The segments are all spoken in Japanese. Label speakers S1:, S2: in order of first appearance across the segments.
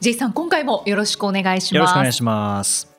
S1: J さん今回もよろしくお願いします
S2: よろしくお願いします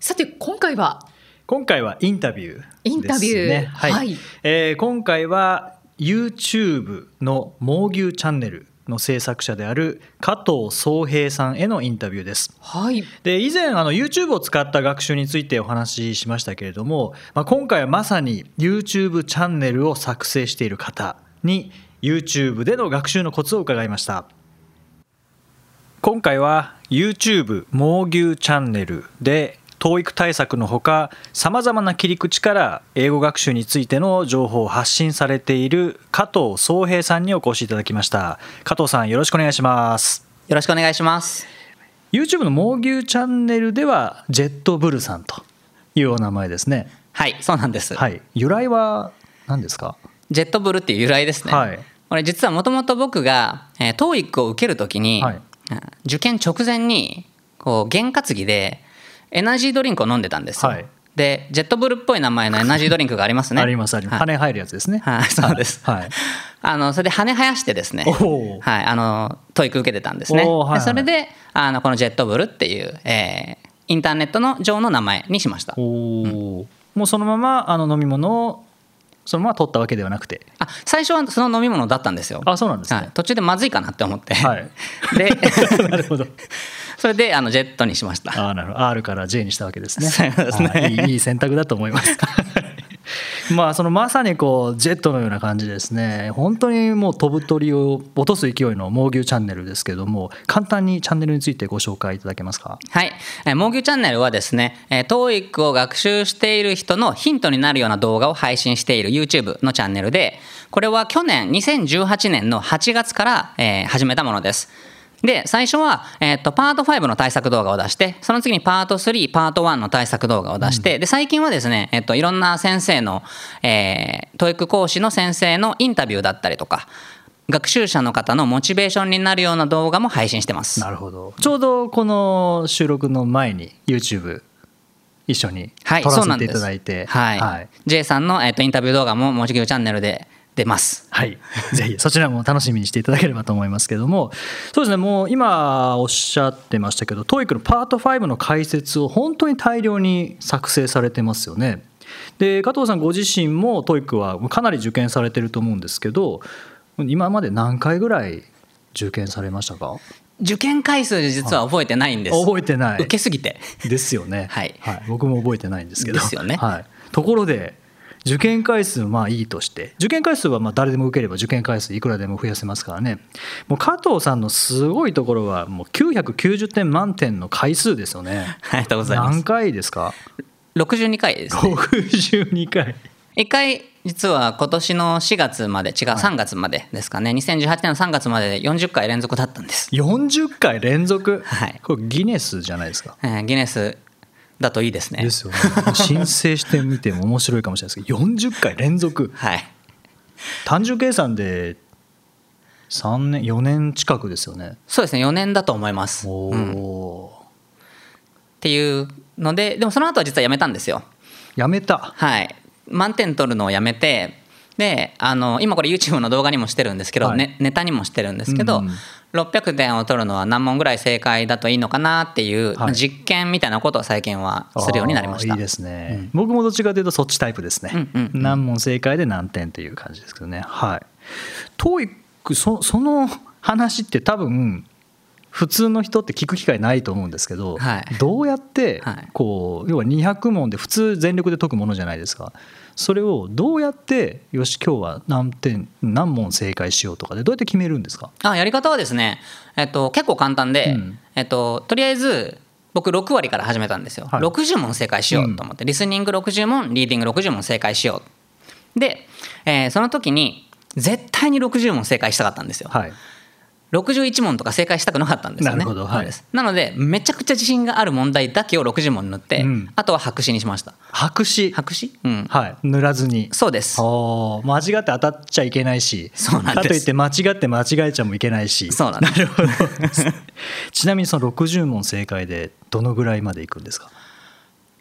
S1: さて今回は
S2: 今回はインタビューです、ね、
S1: インタビュー、
S2: はい、
S1: はい
S2: えー今回は YouTube の猛牛チャンネルの制作者である加藤宗平さんへのインタビューです
S1: はい
S2: で以前あの YouTube を使った学習についてお話ししましたけれども、まあ、今回はまさに YouTube チャンネルを作成している方に YouTube での学習のコツを伺いました今回は YouTube 猛牛チャンネルで教育対策のほかさまざまな切り口から英語学習についての情報を発信されている加藤宗平さんにお越しいただきました加藤さんよろしくお願いします
S3: よろしくお願いします。
S2: YouTube の猛牛チャンネルではジェットブルさんというお名前ですね。
S3: はい、そうなんです。
S2: はい。由来は何ですか？
S3: ジェットブルっていう由来ですね。
S2: はい
S3: これ実はもともと僕が、えー、TOEIC を受けるときに、
S2: はい
S3: あ受験直前にこう験担ぎでエナジードリンクを飲んでたんですよ。
S2: はい
S3: でジェットブルっぽい名前のエナジードリンクがあります ね。
S2: ありますあります。
S3: はい
S2: 羽入るやつですね。
S3: はいそうです
S2: はい。
S3: あのそれで羽生やしてですね、
S2: おお
S3: はい、あの教育受けてたんですね、
S2: おーはいはい
S3: でそれであのこのジェットブルっていう、えーインターネットの上の名前にしました
S2: おお、もうそのままあの飲み物をそのまま取ったわけではなくて。
S3: あ最初はその飲み物だったんですよ
S2: あ、そうなんです
S3: はい
S2: ね。
S3: 途中でまずいかなって思って、
S2: はい。
S3: で
S2: なるほど。
S3: それであのジェットにしました
S2: あーなるほど R から J にしたわけですね。
S3: そうですね
S2: はいいいいい選択だと思い ます。まあそのまさにこうジェットのような感じですね。本当にもう飛ぶ鳥を落とす勢いの猛牛チャンネルですけども、簡単にチャンネルについてご紹介いただけますか。
S3: はい「えー猛牛チャンネル」はですね、えー、TOEIC を学習している人のヒントになるような動画を配信している YouTube のチャンネルでこれは去年2018年の8月から、えー始めたものですで最初は、えー、とパート5の対策動画を出してその次にパート3パート1の対策動画を出して、で最近はですね、えっといろんな先生の、えー、教育講師の先生のインタビューだったりとか学習者の方のモチベーションになるような動画も配信してます
S2: なるほど。ちょうどこの収録の前に YouTube 一緒に
S3: はい、
S2: 撮
S3: そ
S2: ら
S3: うな
S2: せ
S3: ん
S2: てい
S3: で
S2: た
S3: す。
S2: だいて、
S3: はい、
S2: はい、
S3: J さんの、えっとインタビュー動画も「もちぎゅうチャンネル」で出ます。
S2: はい、 ぜひそちらも楽しみにしていただければと思いますけどもそうですねもう今おっしゃってましたけど TOEIC のパート5の解説を本当に大量に作成されてますよね。で加藤さんご自身も TOEIC はかなり受験されてると思うんですけど今まで何回ぐらい受験されましたか
S3: 受験回数実は覚えてないんです。
S2: 覚えてない
S3: 受けすぎて。
S2: ですよね、
S3: はい
S2: 僕も覚えてないんですけど
S3: ですよね
S2: はい、ところで受験回数まあいいとして受験回数はまあ誰でも受ければ受験回数いくらでも増やせますからねもう加藤さんのすごいところはもう990点満点の回数ですよね
S3: ありがとうございま
S2: 何
S3: す。
S2: 回ですか
S3: 62回です。
S2: 62回
S3: 一回実は今年の4月まで違う3月までですかね。2018年の3月までで40回連続だったんです。
S2: 40回連続、
S3: はい
S2: これギネスじゃないですか
S3: えーギネスだといいですね。
S2: ですよね申請してみても面白いかもしれないですけど40回連続
S3: はい。
S2: 単純計算で3年4年近くですよね
S3: そうですね。4年だと思います。
S2: お
S3: うんっ
S2: お、
S3: ていうので、でもその後は実はやめたんですよ。
S2: やめた
S3: はい、満点取るのをやめてであの今これ YouTube の動画にもしてるんですけど、
S2: はい
S3: ねネタにもしてるんですけど、
S2: うん
S3: 600点を取るのは何問ぐらい正解だといいのかなっていう、
S2: はい
S3: 実験みたいなことを最近はするようになりました
S2: あーいいですね、僕もどっちかというとそっちタイプですね、
S3: うんうんう
S2: 何問正解で何点っていう感じですけどねはい TOEIC そその話って多分普通の人って聞く機会ないと思うんですけど、
S3: はい
S2: どうやって
S3: はい
S2: こう要は200問で普通全力で解くものじゃないですかそれをどうやってよし今日は何点何問正解しようとかでどうやって決めるんですか
S3: あやり方はですね、えっと、結構簡単で、
S2: うん
S3: えっと、とりあえず僕6割から始めたんですよ、
S2: はい
S3: 60問正解しようと思って、リスニング60問リーディング60問正解しようで、えーその時に絶対に60問正解したかったんですよ。
S2: はい。
S3: 61問とか正解したくなかったんですよね。
S2: なるほどはい
S3: そうですなのでめちゃくちゃ自信がある問題だけを60問塗って、
S2: うん
S3: あとは白紙にしました。
S2: 白紙。
S3: 白紙、うん、
S2: はい。塗らずに。
S3: そうです。
S2: お間違って当たっちゃいけないし
S3: そうなんで
S2: か
S3: す
S2: といって間違って間違えちゃもいけないし
S3: そうなんです
S2: なるほどちなみにその60問正解でどのぐらいまでいくんですか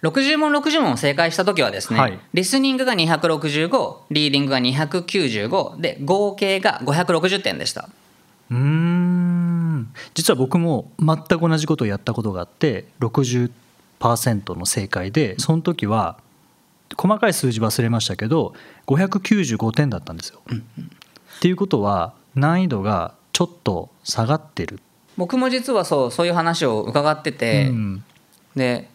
S3: 60問60問正解した時はですね、
S2: はい
S3: リスニングが265リーディングが295で合計が560点でした
S2: うーん実は僕も全く同じことをやったことがあって60%の正解でその時は細かい数字忘れましたけど595点だったんですよ。っていうことは難易度がちょっと下がってる。
S3: 僕も実はそうそういう話を伺ってて、
S2: うん
S3: で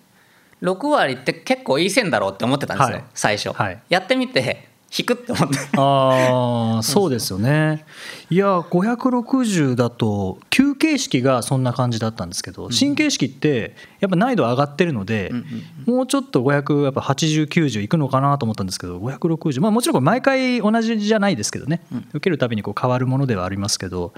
S3: 6割って結構いい線だろうって思ってたんですよ、
S2: はい
S3: 最初、
S2: はい
S3: やってみて引くって思って
S2: ああそうですよねいや560だと休憩式がそんな感じだったんですけど神経式ってやっぱ難易度上がってるのでもうちょっと500やっぱ8090いくのかなと思ったんですけど560まあもちろんこれ毎回同じじゃないですけどね受けるたびにこう変わるものではありますけど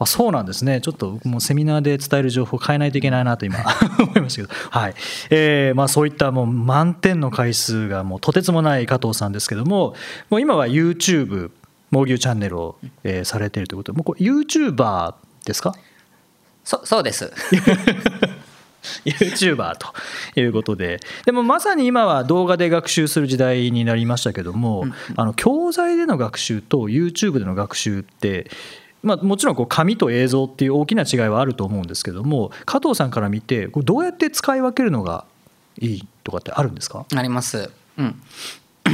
S2: あそうなんですねちょっと僕もセミナーで伝える情報を変えないといけないなと今思いましたけど、はいえーまあ、そういったもう満点の回数がもうとてつもない加藤さんですけどももう今は YouTube 猛牛チャンネルを、えーされているということでもうこれ YouTuber ですか
S3: そそうです
S2: YouTuber ということででもまさに今は動画で学習する時代になりましたけども、あの教材での学習と YouTube での学習って、まあ、もちろんこう紙と映像っていう大きな違いはあると思うんですけども加藤さんから見てこうどうやって使い分けるのがいいとかってあるんですか
S3: ありますうん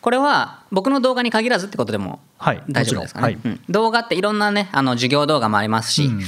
S3: これは僕の動画に限らずってことでも
S2: はい
S3: 大丈夫ですかね、
S2: もちろん
S3: うん動画っていろんなねあの授業動画もありますし、
S2: うん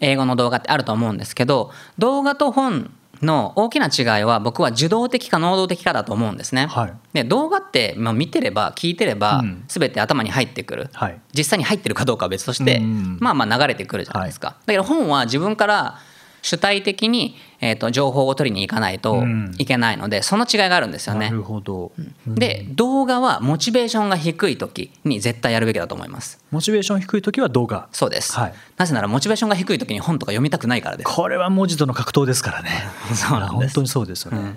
S3: 英語の動画ってあると思うんですけど動画と本の大きな違いは僕は受動的か能動的かだと思うんですね、
S2: はい
S3: で動画って、まあ、見てれば聞いてれば
S2: うん
S3: 全て頭に入ってくる、
S2: はい
S3: 実際に入ってるかどうかは別として、
S2: うん
S3: まあまあ流れてくるじゃないですか、だけど本は自分から主体的に、えー、と情報を取りに行かないと
S2: うん
S3: いけないので、その違いがあるんですよ
S2: な
S3: ね
S2: るほど、
S3: で動画はモチベーションが低い時に絶対やるべきだと思います
S2: モチベーション低い時は動画
S3: そうです、
S2: はい
S3: なぜならモチベーションが低い時に本とか読みたくないからです
S2: これは文字との格闘ですからね
S3: そうなんで
S2: 本
S3: す
S2: 当にそうですよね、うん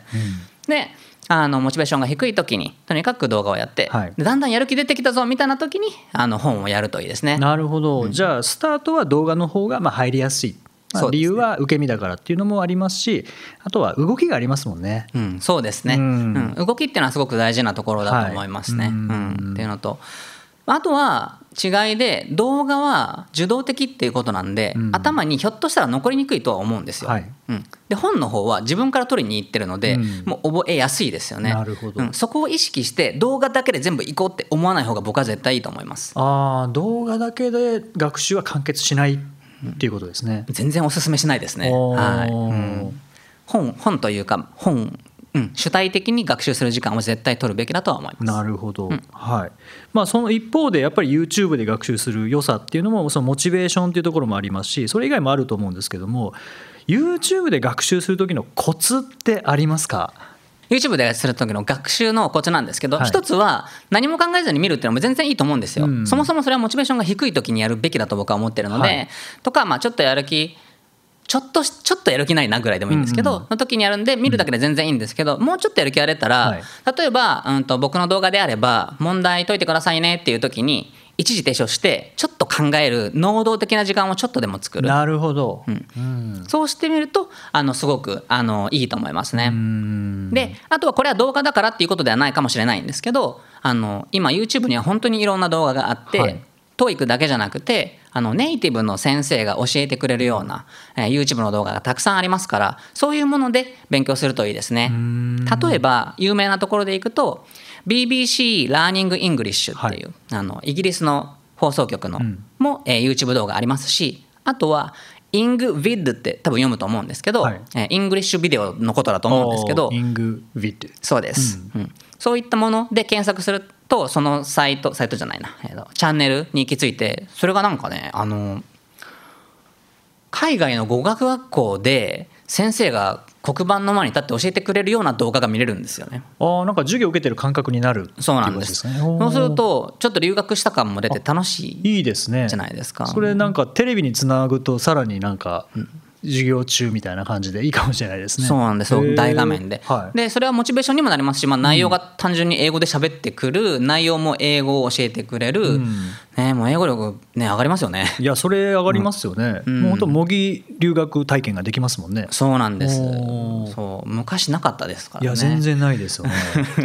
S3: であのモチベーションが低い時にとにかく動画をやって、
S2: はい
S3: でだんだんやる気出てきたぞみたいな時にあの本をやるといいですね
S2: なるほど、じゃあスタートは動画の方がまあ入りやすい、まあ
S3: そうですね
S2: 理由は受け身だからっていうのもありますしあとは動きがありますもんね。
S3: うん、そうですね、
S2: う
S3: うんん動きっていうのはすごく大事なところだと思いますね。
S2: はい
S3: うんっていうのとあとは違いで動画は受動的っていうことなんで、
S2: うん
S3: 頭にひょっとしたら残りにくいとは思うんですよ。
S2: はい
S3: うん、で本の方は自分から取りに行ってるので、
S2: うん
S3: もう覚えやすいですよね。
S2: なるほど
S3: うん、そこを意識して動画だけで全部行こうって思わない方が僕は絶対いいと思います。
S2: あー動画だけで学習は完結しないっていうことですね。
S3: 全然お勧めしないですね。
S2: おー
S3: はいうん、本本というか本、うん、主体的に学習する時間を絶対取るべきだとは思います。
S2: なるほど、はいまあ、その一方でやっぱり YouTube で学習する良さっていうのもそのモチベーションっていうところもありますしそれ以外もあると思うんですけども YouTube で学習する時のコツってありますか
S3: YouTube でする時の学習のコツなんですけど、
S2: はい
S3: 一つは何も考えずに見るっていうのも全然いいと思うんですよ、
S2: うん
S3: そもそもそれはモチベーションが低い時にやるべきだと僕は思ってるので、
S2: はい
S3: とか、まあ、ちょっとやる気ちょっとしちょっとやる気ないなぐらいでもいいんですけど、の時にやるんで見るだけで全然いいんですけど、もうちょっとやる気あれたら、
S2: はい
S3: 例えば、うん、と僕の動画であれば問題解いてくださいねっていう時に一時停止をしてちょっと考える能動的な時間をちょっとでも作る
S2: なるほど、
S3: そうしてみるとあのすごくあのいいと思いますね。であとはこれは動画だからっていうことではないかもしれないんですけどあの今 YouTube には本当にいろんな動画があって、
S2: はい
S3: TOEIC だけじゃなくてあのネイティブの先生が教えてくれるような、えー YouTube の動画がたくさんありますからそういうもので勉強するといいですね。例えば有名なところでいくと BBC ラーニング・イングリッシュっていう、あのイギリスの放送局のも、えー YouTube 動画ありますしあとはイング・ヴィッドって多分読むと思うんですけど、
S2: はい
S3: えーイングリッシュビデオのことだと思うんですけど
S2: おーイングビッド
S3: そうです、うんそういったもので検索するとそのサイトサイトじゃないな、えーとチャンネルに行き着いてそれがなんかねあの海外の語学学校で先生が黒板の前に立って教えてくれるような動画が見れるんですよね。
S2: あーなんか授業受けてる感覚になるってい
S3: そうなん
S2: こと
S3: です。
S2: ね
S3: そうするとちょっと留学した感も出て楽しい
S2: いいですね
S3: じゃないですか。
S2: それなんかテレビにつなぐとさらになんか授業中みたいな感じでいいかもしれないですね
S3: そうなんですよ
S2: へー
S3: 大画面で,、
S2: はい、
S3: でそれはモチベーションにもなりますし、まあ、内容が単純に英語で喋ってくる、内容も英語を教えてくれる、
S2: ん
S3: ね、もう英語力、ね、上がりますよね
S2: いやそれ上がりますよね、もう本当模擬留学体験ができますもんね
S3: そうなんです
S2: おー
S3: そう昔なかったですか
S2: い
S3: らね
S2: や全然ないです よね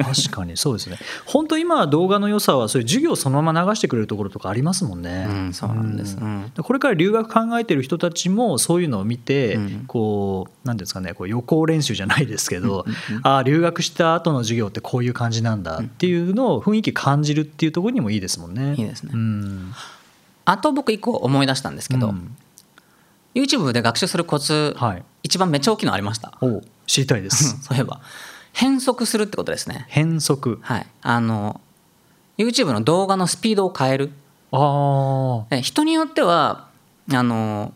S2: 確かにそうですね本当今動画の良さはそういう授業そのまま流してくれるところとかありますもんね、
S3: うん、そうなんです、うん
S2: これから留学考えてる人たちもそういうのを見て、
S3: うん
S2: こうなんていうんですかねこう予行練習じゃないですけど、ああ留学した後の授業ってこういう感じなんだっていうのを雰囲気感じるっていうところにもいいですもんね。
S3: いいですね
S2: うん
S3: あと僕一個思い出したんですけ
S2: う
S3: ど、
S2: ん
S3: YouTube で学習するコツ、
S2: はい、
S3: 一番めっちゃ大きいのあり ました、
S2: お知りたいです。
S3: そういえば変則するってことですね
S2: 変則
S3: はいあの YouTube の動画のスピードを変える
S2: あー
S3: え人によってはあの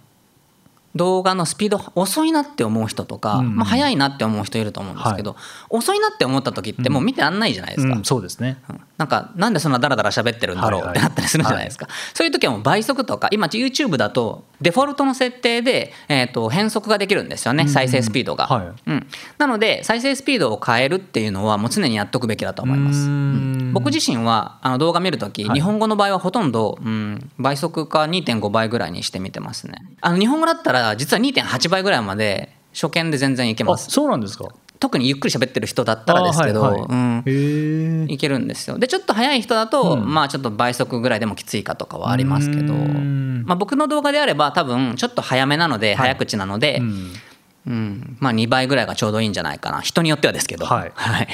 S3: 動画のスピード遅いなって思う人とか、
S2: うん
S3: まあ、早いなって思う人いると思うんですけど、遅いなって思った時ってもう見てらんないじゃないですか、
S2: うん、そうですね。
S3: うんなんかなんでそんなダラダラ喋ってるんだろう
S2: はいはい
S3: ってなったりするじゃないですか、そういう時はもう倍速とか今 YouTube だとデフォルトの設定で、えー、と変速ができるんですよね再生スピードが、
S2: は
S3: うん、なので再生スピードを変えるっていうのはもう常にやっとくべきだと思います、
S2: うーん
S3: うん僕自身はあの動画見るとき、
S2: はい
S3: 日本語の場合はほとんど、うん、倍速か2.5倍ぐらいにして見てますねあの日本語だったら実は2.8倍ぐらいまで初見で全然いけま
S2: あ
S3: す
S2: そうなんですか。
S3: 特にゆっくり喋ってる人だったらですけど、
S2: あーはいはい
S3: うん
S2: へえ。
S3: いけるんですよでちょっと早い人だと、まあちょっと倍速ぐらいでもきついかとかはありますけど、
S2: うーん
S3: まあ、僕の動画であれば多分ちょっと早めなので、早口なので、う
S2: うんん
S3: まあ、2倍ぐらいがちょうどいいんじゃないかな人によってはですけど
S2: はい
S3: はい、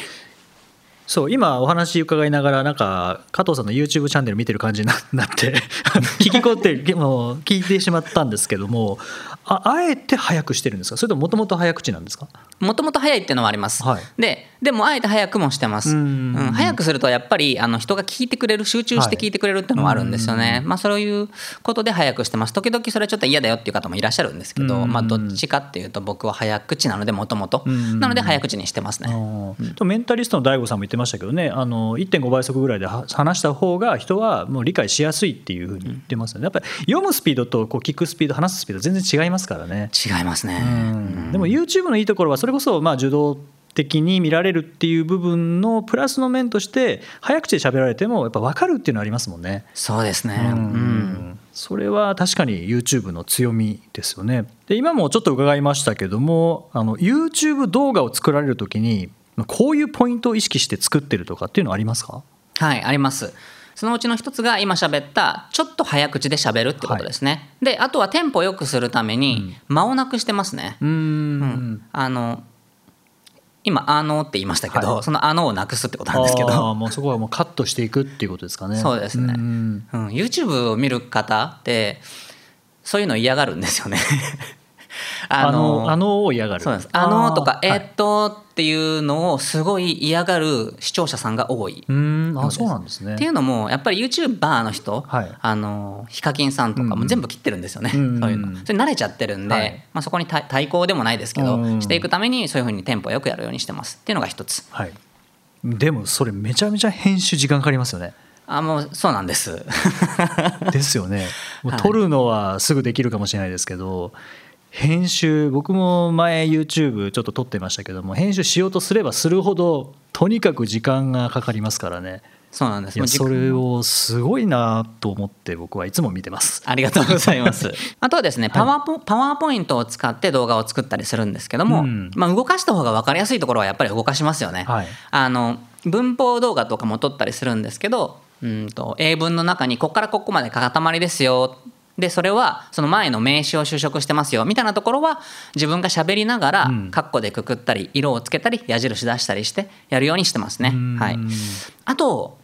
S2: そう今お話伺いながらなんか加藤さんの YouTube チャンネル見てる感じにな なってあの聞き込んで もう聞いてしまったんですけどもああえて早くしてるんですかそれとももともと早口なんですか
S3: もともと早いっていうのはあります、
S2: はい
S3: ででもあえて早くもしてます、
S2: うん
S3: うん早くするとやっぱりあの人が聞いてくれる集中して
S2: はい
S3: 聞いてくれるっていうのはあるんですよね、まあ、そういうことで早くしてます時々それちょっと嫌だよっていう方もいらっしゃるんですけど、
S2: うん
S3: まあ、どっちかっていうと僕は早口なのでもともと
S2: ん
S3: なので早口にしてますね、
S2: あーとメンタリストの DAIGO さんも言ってましたけどねあの1.5倍速ぐらいでは話した方が人はもう理解しやすいっていうふうに言ってますよねやっぱり読むスピードとこう聞くスピード話すスピード全然違いますからね。
S3: 違いますね、
S2: うんでも YouTube のいいところはそれこそまあ受動的に見られるっていう部分のプラスの面として早口で喋られてもやっぱ分かるっていうのはありますもんね。
S3: そうですね、
S2: う
S3: うん
S2: んそれは確かに YouTube の強みですよね。で今もちょっと伺いましたけどもあの YouTube 動画を作られる時にまあこういうポイントを意識して作ってるとかっていうのはありますか
S3: はいありますそのうちの一つが今喋ったちょっと早口で喋るってことですね、であとはテンポよくするために間をなくしてますね、
S2: うん
S3: あの今「あの」って言いましたけど、
S2: はい
S3: その「あの」をなくすってこと
S2: あ
S3: なんですけど、
S2: ーもうそこはもうカットしていくっていうことですかね。
S3: そうですね
S2: ん
S3: うん、YouTube を見る方ってそういうの嫌がるんですよね
S2: あのあのを嫌がる。
S3: そうなんですあのとか
S2: ー
S3: え
S2: はい
S3: ーっとっていうのをすごい嫌がる視聴者さんが多い、
S2: うーん、あ、
S3: そ
S2: そう
S3: で
S2: う
S3: す
S2: なんですね。
S3: っていうのもやっぱり YouTuber の人、
S2: はい
S3: あのヒカキンさんとかも全部切ってるんですよね、
S2: うん
S3: そういうのそれ慣れちゃってるんで、
S2: はい
S3: まあ、そこに対対抗でもないですけど、
S2: うん
S3: していくためにそういうふうにテンポよくやるようにしてますっていうのが一つ
S2: はい。でも、それめちゃめちゃ編集時間かかりますよ ね。
S3: あもうそうなんです
S2: ですよね。もう
S3: はい
S2: 撮るのはすぐできるかもしれないですけど。編集僕も前 YouTube ちょっと撮ってましたけども編集しようとすればするほどとにかく時間がかかりますからね
S3: そうなんです
S2: い
S3: も
S2: や
S3: う時
S2: そ
S3: 間
S2: れをすごいなと思って僕はいつも見てます
S3: ありがとうござ います。あとはですね、パワーポ、パワーポイントを使って動画を作ったりするんですけども、
S2: うん
S3: まあ動かした方が分かりやすいところはやっぱり動かしますよね。
S2: はい
S3: あの文法動画とかも撮ったりするんですけど、うんと英文の中にここからここまで塊ですよ。でそれはその前の名詞を修飾してますよみたいなところは自分が喋りながら
S2: ん
S3: カッコでくくったり色をつけたり矢印出したりしてやるようにしてますね。はい、あと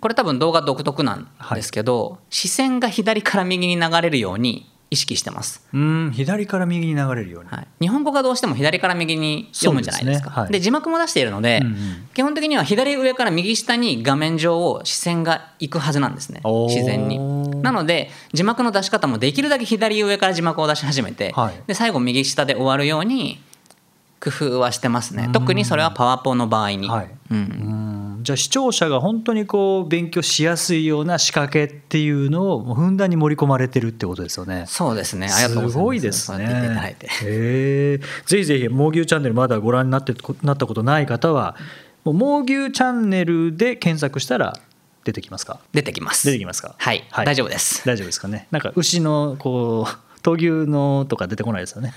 S3: これ多分動画独特なんですけど、視線が左から右に流れるように意識してます、
S2: うん左から右に流れるように
S3: はい、日本語がどうしても左から右に読むじゃないですかで
S2: そうですねはい
S3: 字幕も出しているので、
S2: うんうん
S3: 基本的には左上から右下に画面上を視線が行くはずなんですね
S2: おー
S3: 自然になので字幕の出し方もできるだけ左上から字幕を出し始めて、
S2: はい
S3: で最後右下で終わるように工夫はしてますね特にそれはパワポの場合に、
S2: はい
S3: うん、
S2: うんじゃあ視聴者が本当にこう勉強しやすいような仕掛けっていうのをもうふんだんに盛り込まれてるってことですよね。
S3: そうですねありがとうございます
S2: すごいですね。
S3: そうやって言っていただいて
S2: へえぜひぜひ「猛牛チャンネル」まだご覧になってなったことない方は「もう猛牛チャンネル」で検索したら出てきますか
S3: 出てきます
S2: 出てきますか
S3: はい、大丈夫です
S2: 大丈夫ですかねなんか牛のこう闘牛のとか出てこないですよね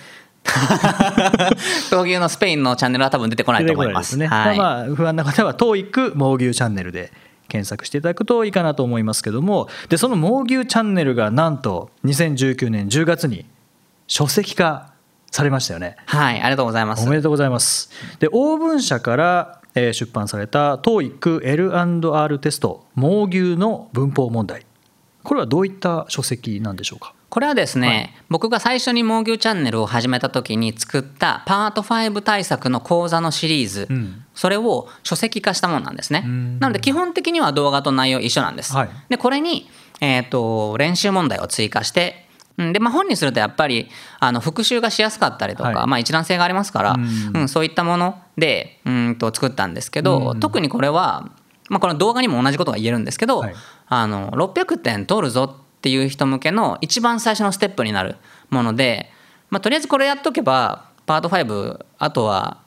S3: 闘牛のスペインのチャンネルは多分出てこないと思います
S2: 出てこな
S3: はい
S2: ですね。まあまあ不安な方は TOEIC 猛牛チャンネルで検索していただくといいかなと思いますけども、でその猛牛チャンネルがなんと2019年10月に書籍化されましたよね。
S3: はい、ありがとうございます
S2: おめでとうございます。で、オーブン社からえー出版された TOEIC L&R テスト猛牛の文法問題。これはどういった書籍なんでしょうか。
S3: これはですね、僕が最初に「猛牛チャンネル」を始めた時に作ったパート5対策の講座のシリーズ、
S2: うん
S3: それを書籍化したものなんですね
S2: ん
S3: なので基本的には動画と内容一緒なんです、
S2: はい
S3: でこれに、えー、と練習問題を追加してうんでまあ、本にするとやっぱりあの復習がしやすかったりとか、
S2: はい
S3: まあ、一覧性がありますから、
S2: うん
S3: うんそういったものでうんと作ったんですけど、
S2: うん
S3: 特にこれは、まあ、この動画にも同じことが言えるんですけど、
S2: はい
S3: あの600点取るぞっていう人向けの一番最初のステップになるもので、まあ、とりあえずこれやっとけばパート5あとは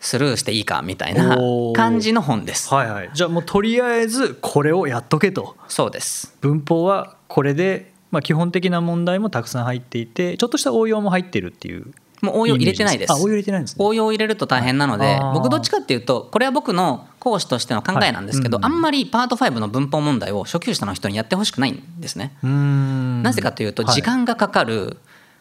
S3: スルーしていいかみたいな
S2: おー
S3: 感じの本です。
S2: はいはい。じゃあもうとりあえずこれをやっとけと。
S3: そうです
S2: 文法はこれで、まあ、基本的な問題もたくさん入っていてちょっとした応用も入ってるっていう
S3: もう応用入れてないです。
S2: あ応用入れてないんですね
S3: 応用を入れると大変なので
S2: あー
S3: 僕どっちかっていうとこれは僕の講師としての考えなんですけど、
S2: はいうん
S3: あんまりパート5の文法問題を初級者の人にやってほしくないんですね。な
S2: な
S3: ぜかというと
S2: はい
S3: 時間がかかる、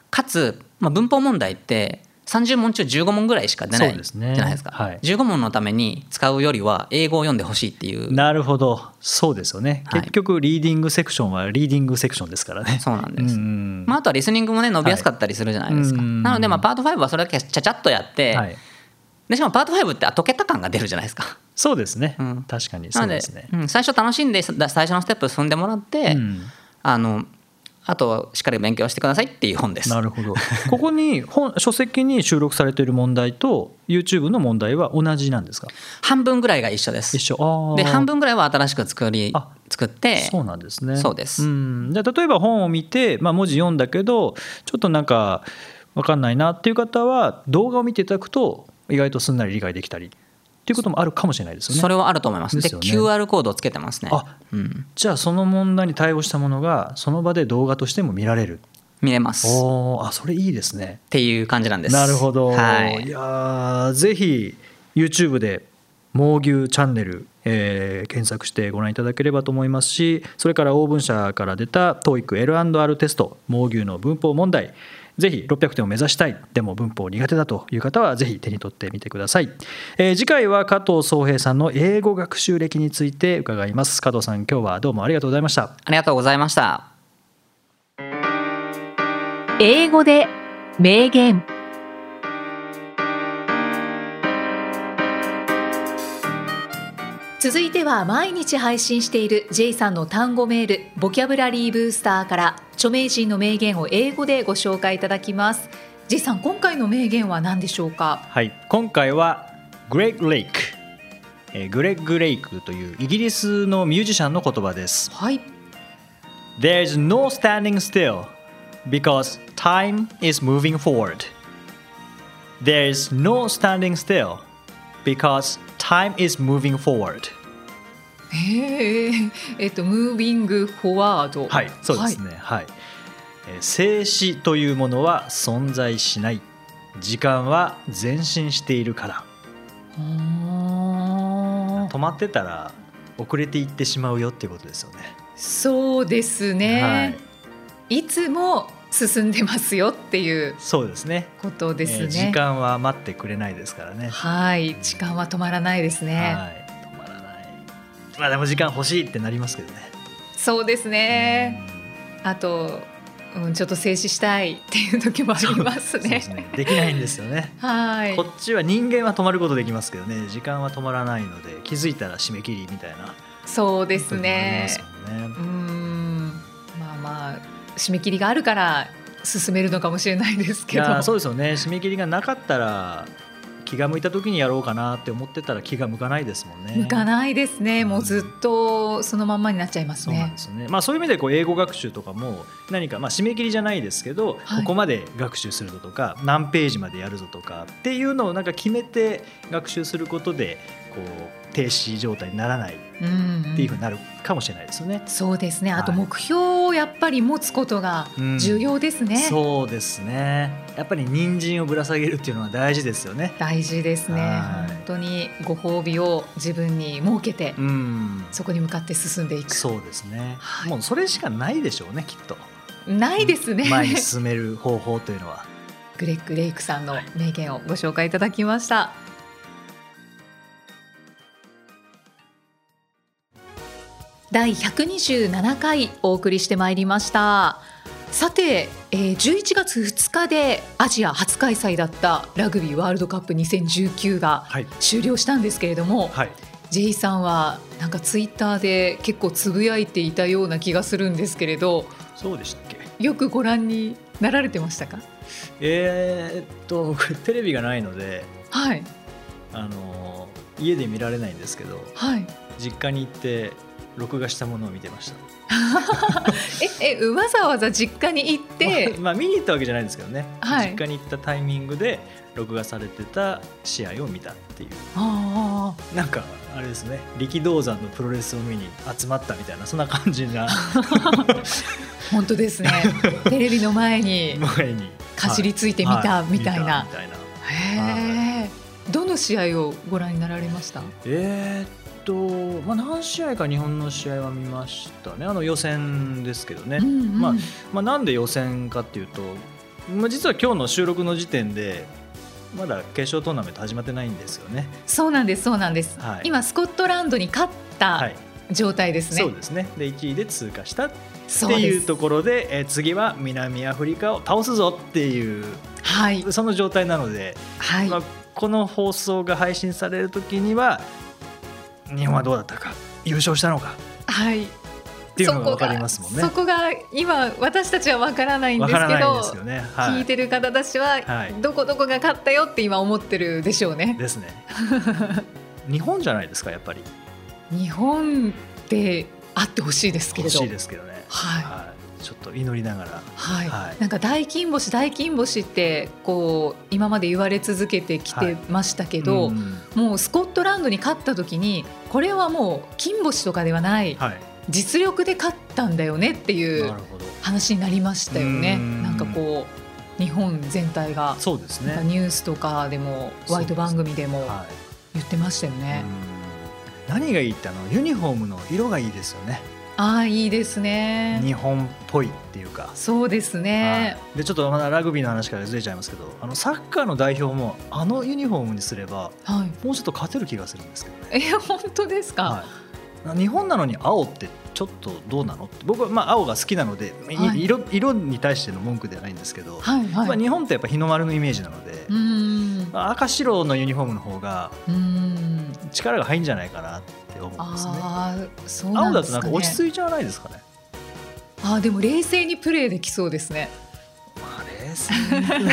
S3: かつ、まあ、文法問題って30問中15問ぐらいしか出な
S2: そう
S3: い
S2: です
S3: じ
S2: ね
S3: ゃないですか
S2: はい
S3: 15問のために使うよりは英語を読んでほしいっていう
S2: なるほどそうですよね、
S3: はい
S2: 結局リーディングセクションはリーディングセクションですからね
S3: そうなんです、
S2: ん
S3: まあ、あとはリスニングもね伸びやすかったりするじゃないですか、
S2: はいうん
S3: なのでまあパート5はそれだけちゃちゃっとやって、
S2: はい、
S3: でしかもパート5ってあ解けた感が出るじゃないですか
S2: そうですね、
S3: うん
S2: 確かに
S3: な
S2: そう
S3: ので
S2: ですね
S3: うん最初楽しんでさ最初のステップ進んでもらって、
S2: うん
S3: あのあとしっかり勉強してくださいっていう本です
S2: なる ほどここに本書籍に収録されている問題と YouTube の問題は同じなんですか
S3: 半分ぐらいが一緒です
S2: 一緒あー
S3: で半分ぐらいは新しく作り
S2: あ
S3: 作って
S2: そうなんですね。
S3: そうです
S2: んじゃあ例えば本を見て、まあ、文字読んだけどちょっとなんか分かんないなっていう方は動画を見ていただくと意外とすんなり理解できたりっていうこともあるかもしれないですよね。
S3: それはあると思いますで
S2: ですよね
S3: QR コードをつけてますね
S2: あ
S3: うん、
S2: じゃあその問題に対応したものがその場で動画としても見られる。
S3: 見れますっ
S2: おーあそれいいですね。
S3: ていう感じなんです
S2: なるほど。、
S3: はいい、
S2: やーぜひ YouTube で「猛牛チャンネル」えー検索してご覧いただければと思いますしそれからオーブン社から出た TOEIC L&R テスト「猛牛の文法問題」ぜひ600点を目指したいでも文法苦手だという方はぜひ手に取ってみてください、えー次回は加藤壮平さんの英語学習歴について伺います加藤さん今日はどうもありがとうございました
S3: ありがとうございました
S1: 英語で名言続いては毎日配信している J さんの単語メールボキャブラリーブースターから著名人の名言を英語でご紹介いただきます J さん今回の名言は何でしょうか
S2: はい、今回はグレッグ・レイク、えーグレッグ・レイクというイギリスのミュージシャンの言葉です
S1: はい
S2: There's no standing still because time is moving forward There's no standing still because time is moving forward
S1: えー、えっとムービングフォワード
S2: はいそうですねはい、えー静止というものは存在しない時間は前進しているから
S1: はあー
S2: 止まってたら遅れていってしまうよっていうことですよね
S1: そうですね、
S2: はい
S1: いつも進んでますよっていう
S2: そうですね
S1: ことですね。
S2: えー時間は待ってくれないですからね。
S1: はい、時間は止まらないですね。
S2: はい止まらない。まあでも時間欲しいってなりますけどね。
S1: そうですね。あと、うん、ちょっと静止したいっていう時もあります
S2: うんそうで
S1: ね。
S2: すね。できないんですよね。
S1: はい
S2: こ。っちは人間は止まることできますけどね、時間は止まらないので、気づいたら締め切りみたいな。
S1: そうですね。
S2: こともありますもん
S1: うん、
S2: ね。
S1: まあまあ締め切りがあるから進めるのかもしれないです
S2: い
S1: けど。
S2: やーそうですよね。締め切りがなかったら気が向いた時にやろうかなって思ってたら気が向かないですもんね。
S1: 向かないですね、
S2: うん
S1: もうずっとそのまんまになっちゃいます
S2: そうなん
S1: ね
S2: ですね。まあそういう意味でこう英語学習とかも何かまあ締め切りじゃないですけど、
S1: はい
S2: ここまで学習するぞとか何ページまでやるぞとかっていうのをなんか決めて学習することでこう停止状態にならないっ
S1: うんうん
S2: ていうふうになるかもしれないですよね。
S1: そうですねあと
S2: はい
S1: 目標をやっぱり持つことが
S2: うん
S1: 重要ですね、
S2: そうですね。やっぱり人参をぶら下げるっていうのは大事ですよね。
S1: 大事ですね
S2: はい
S1: 本当にご褒美を自分に設けて、
S2: うん。
S1: そこに向かって進んでいく
S2: そうですね。
S1: はい
S2: もうそれしかないでしょうねきっと。
S1: ないですね
S2: 前に進める方法というのは。
S1: グレッグ・レイクさんの名言をご紹介いただきました第127回お送りしてまいりましたさて、えー11月2日でアジア初開催だったラグビーワールドカップ2019が
S2: はい。
S1: 終了したんですけれども、
S2: はい。
S1: J さんはなんかツイッターで結構つぶやいていたような気がするんですけれど
S2: そうでしたっけ。
S1: よくご覧になられてましたか
S2: えーっと 僕テレビがないので
S1: はい
S2: あの家で見られないんですけど
S1: はい
S2: 実家に行って録画したものを見てました
S1: ええわざわざ実家に行って
S2: まあ、まあ 見に行ったわけじゃないんですけどね、
S1: はい
S2: 実家に行ったタイミングで録画されてた試合を見たっていう
S1: ああ
S2: なんかあれですね力道山のプロレスを見に集まったみたいなそんな感じな
S1: 本当です ねテレビの前に
S2: 前に
S1: かじりついてみたみたい
S2: は
S1: な
S2: 見、たみたいな
S1: へえどの試合をご覧になられました
S2: えーっと、まあ、何試合か日本の試合は見ましたねあの予選ですけどね、
S1: うんうん
S2: まあまあ、なんで予選かっていうと、まあ、実は今日の収録の時点でまだ決勝トーナメント始まってないんですよね。
S1: そうなんですそうなんです、
S2: はい
S1: 今スコットランドに勝っ
S2: は
S1: た
S2: い、
S1: 状態ですね、
S2: そうですねで1位で通過したって
S1: そうです
S2: いうところでえー次は南アフリカを倒すぞっていう
S1: はい
S2: その状態なので、
S1: はい、
S2: まあ、この放送が配信される時には日本はどうだったか優勝したのか
S1: はい
S2: っていうのが分かりますもんね
S1: そ。こがそこが今私たちはわからないんで
S2: わ
S1: すけ
S2: からない
S1: ど
S2: ですよね。は
S1: 聞い
S2: い、
S1: てる方たちは、
S2: はい
S1: どこどこが勝ったよって今思ってるでしょうね
S2: で すね。日本じゃないですかやっぱり
S1: 日本であってほしいですけ
S2: 欲
S1: れど
S2: しいですけどね。
S1: はい
S2: はい、ちょっと祈りながら、
S1: はい、
S2: はい
S1: なんか大金星大金星ってこう今まで言われ続けてきてましたけど、
S2: うん
S1: もうスコットランドに勝った時にこれはもう金星とかではない、
S2: はい、
S1: 実力で勝ったんだよねってい
S2: な
S1: う
S2: るほど、
S1: 話になりましたよね。
S2: うん
S1: なんかこう日本全体が、
S2: そうです
S1: なんか
S2: ね。
S1: ニュースとかでも
S2: そう
S1: ワ
S2: で
S1: イ
S2: す
S1: ド番組でも
S2: は
S1: 言ってましたよ
S2: い、
S1: ね。
S2: うん何がいいってあのユニフォームの色がいいですよね。
S1: ああいいですね。
S2: 日本っぽいっていうか。
S1: そうですね。
S2: はいでちょっとまだラグビーの話からずれちゃいますけど、あのサッカーの代表もあのユニフォームにすれば
S1: はい。
S2: もうちょっと勝てる気がするんですけどね。
S1: え本当ですか。
S2: はい、日本なのに青ってちょっとどうなのって僕はまあ青が好きなので、い
S1: はい
S2: 色色に対しての文句ではないんですけど、
S1: はいはい。
S2: まあ、日本ってやっぱ日の丸のイメージなので、
S1: うーん。
S2: まあ赤白のユニフォームの方が
S1: うーん。
S2: 力が入るんじゃないかなって思うんですね。
S1: ああ、そうな
S2: 青
S1: ん
S2: だ
S1: で
S2: と
S1: す
S2: な
S1: か
S2: ん
S1: ね。
S2: か落ち着いちゃわないですかね。
S1: ああ、でも冷静にプレーできそうですね。
S2: まあ冷静に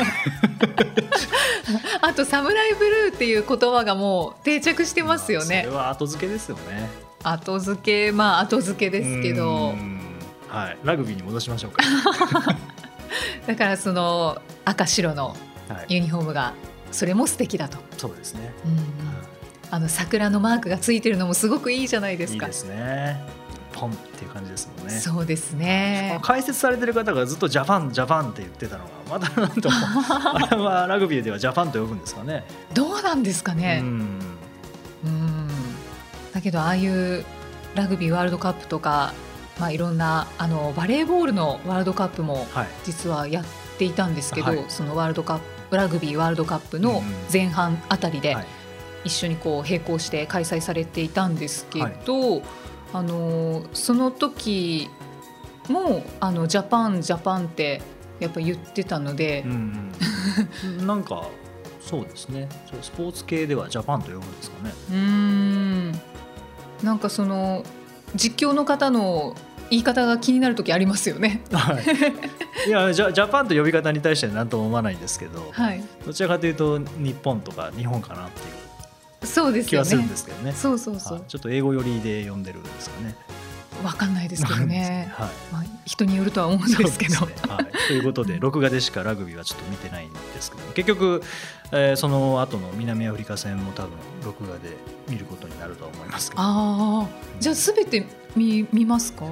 S1: あとサムライブルーっていう言葉がもう定着してますよ
S2: そ
S1: ね。
S2: れは後付けですよね。
S1: 後付け、まあ後付けですけ
S2: う
S1: ど
S2: ー、ん。はい、ラグビーに戻し ましょうか。
S1: だからその赤白の
S2: はい、
S1: ユニフォームがそれも素敵だと。
S2: そうですね。
S1: うんうんあの桜のマークがついてるのもすごくいいじゃないです
S2: いい
S1: か。
S2: ですね。ポンっていう感じですもんね。
S1: そうです
S2: この
S1: ね。
S2: 解説されてる方がずっとジャパンジャパンって言ってたのがまたな んともあれはラグビーではジャパンと呼ぶんですかね。
S1: どうなんですかね。
S2: うん
S1: うんだけどああいうラグビーワールドカップとか、まあ、いろんなあのバレーボールのワールドカップも
S2: はい。
S1: 実はやっていたんですけど、
S2: はい
S1: そのワールドカップラグビーワールドカップ
S2: う
S1: の
S2: ん
S1: 前半あたりで
S2: はい
S1: 一緒にこう並行して開催されていたんですけど、あのその時もあのジャパンジャパンってやっぱ言ってたので、
S2: うんうん、なんかそうですねそうスポーツ系ではジャパンと呼ぶんですかね
S1: うーんなんかその実況の方の言い方が気になる時ありますよね。
S2: はい いやジャジャパンと呼び方に対しては何とも思わないんですけど、
S1: はい、
S2: どちらかというと日本とか日本かなっていう
S1: そうです
S2: 気
S1: よ
S2: は
S1: ね。
S2: するんですけどね
S1: そうそうそ
S2: は
S1: う
S2: い、ちょっと英語寄りで呼んでるんですかね。
S1: わかんないですけどね。
S2: はい
S1: まあ、人によるとは思うんですけ
S2: そ
S1: ど
S2: う。ですねはい、ということ で録画でしかラグビーはちょっと見てないんですけど結局、えーその後の南アフリカ戦も多分録画で見ることになるとは思いますけど
S1: ああ、じゃあすべて見見ますか？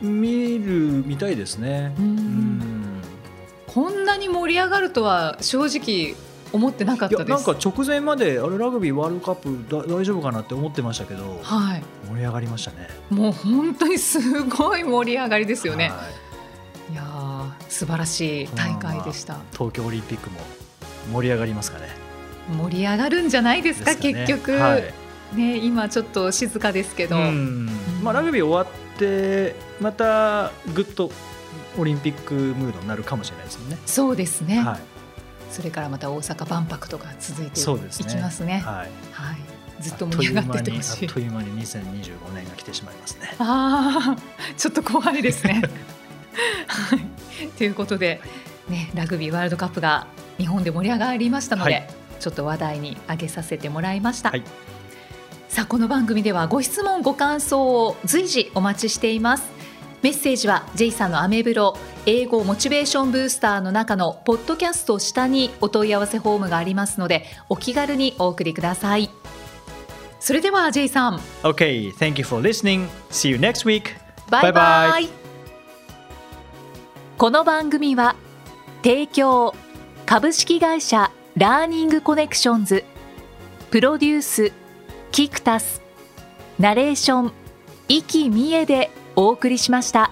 S2: 見るみたいですね。
S1: う。
S2: うんん
S1: こんなに盛り上がるとは正直思ってなかっ
S2: い
S1: た
S2: や
S1: です。
S2: なんか直前まであれラグビーワールドカップだ大丈夫かなって思ってましたけど
S1: はい。
S2: 盛り上がりましたね。
S1: もう本当にすごい盛り上がりですよね。
S2: はい
S1: い、やー素晴らしい大会でした。
S2: 東京オリンピックも盛り上がりますかね。
S1: 盛り上がるんじゃないですか？
S2: ですよね
S1: 結局、
S2: はい
S1: ね今ちょっと静かですけど、
S2: うんまあ、ラグビー終わってまたぐっとオリンピックムードになるかもしれないですもんね。
S1: そうですね、
S2: は
S1: それからまた大阪万博とか続いて
S2: そうです
S1: い
S2: ね
S1: きますね。
S2: いはい、
S1: はい、ずっと盛り上がっててほしい
S2: あっ。という間にあっという間に2025年が来てしまいますね。
S1: ああ、ちょっと怖いですね。はい、ということで、ね、ラグビーワールドカップが日本で盛り上がりましたので、
S2: はい
S1: ちょっと話題に挙げさせてもらいました。
S2: はい
S1: さあ、この番組ではご質問、ご感想を随時お待ちしています。メッセージは J さんのアメブロ英語モチベーションブースターの中のポッドキャスト下にお問い合わせフォームがありますのでお気軽にお送りくださいそれでは J さん
S2: Okay, thank you for listening. See you next week.
S1: バイ
S2: バイ
S1: バイこの番組は提供株式会社ラーニングコネクションズプロデュースキクタスナレーション生きみえでお送りしました。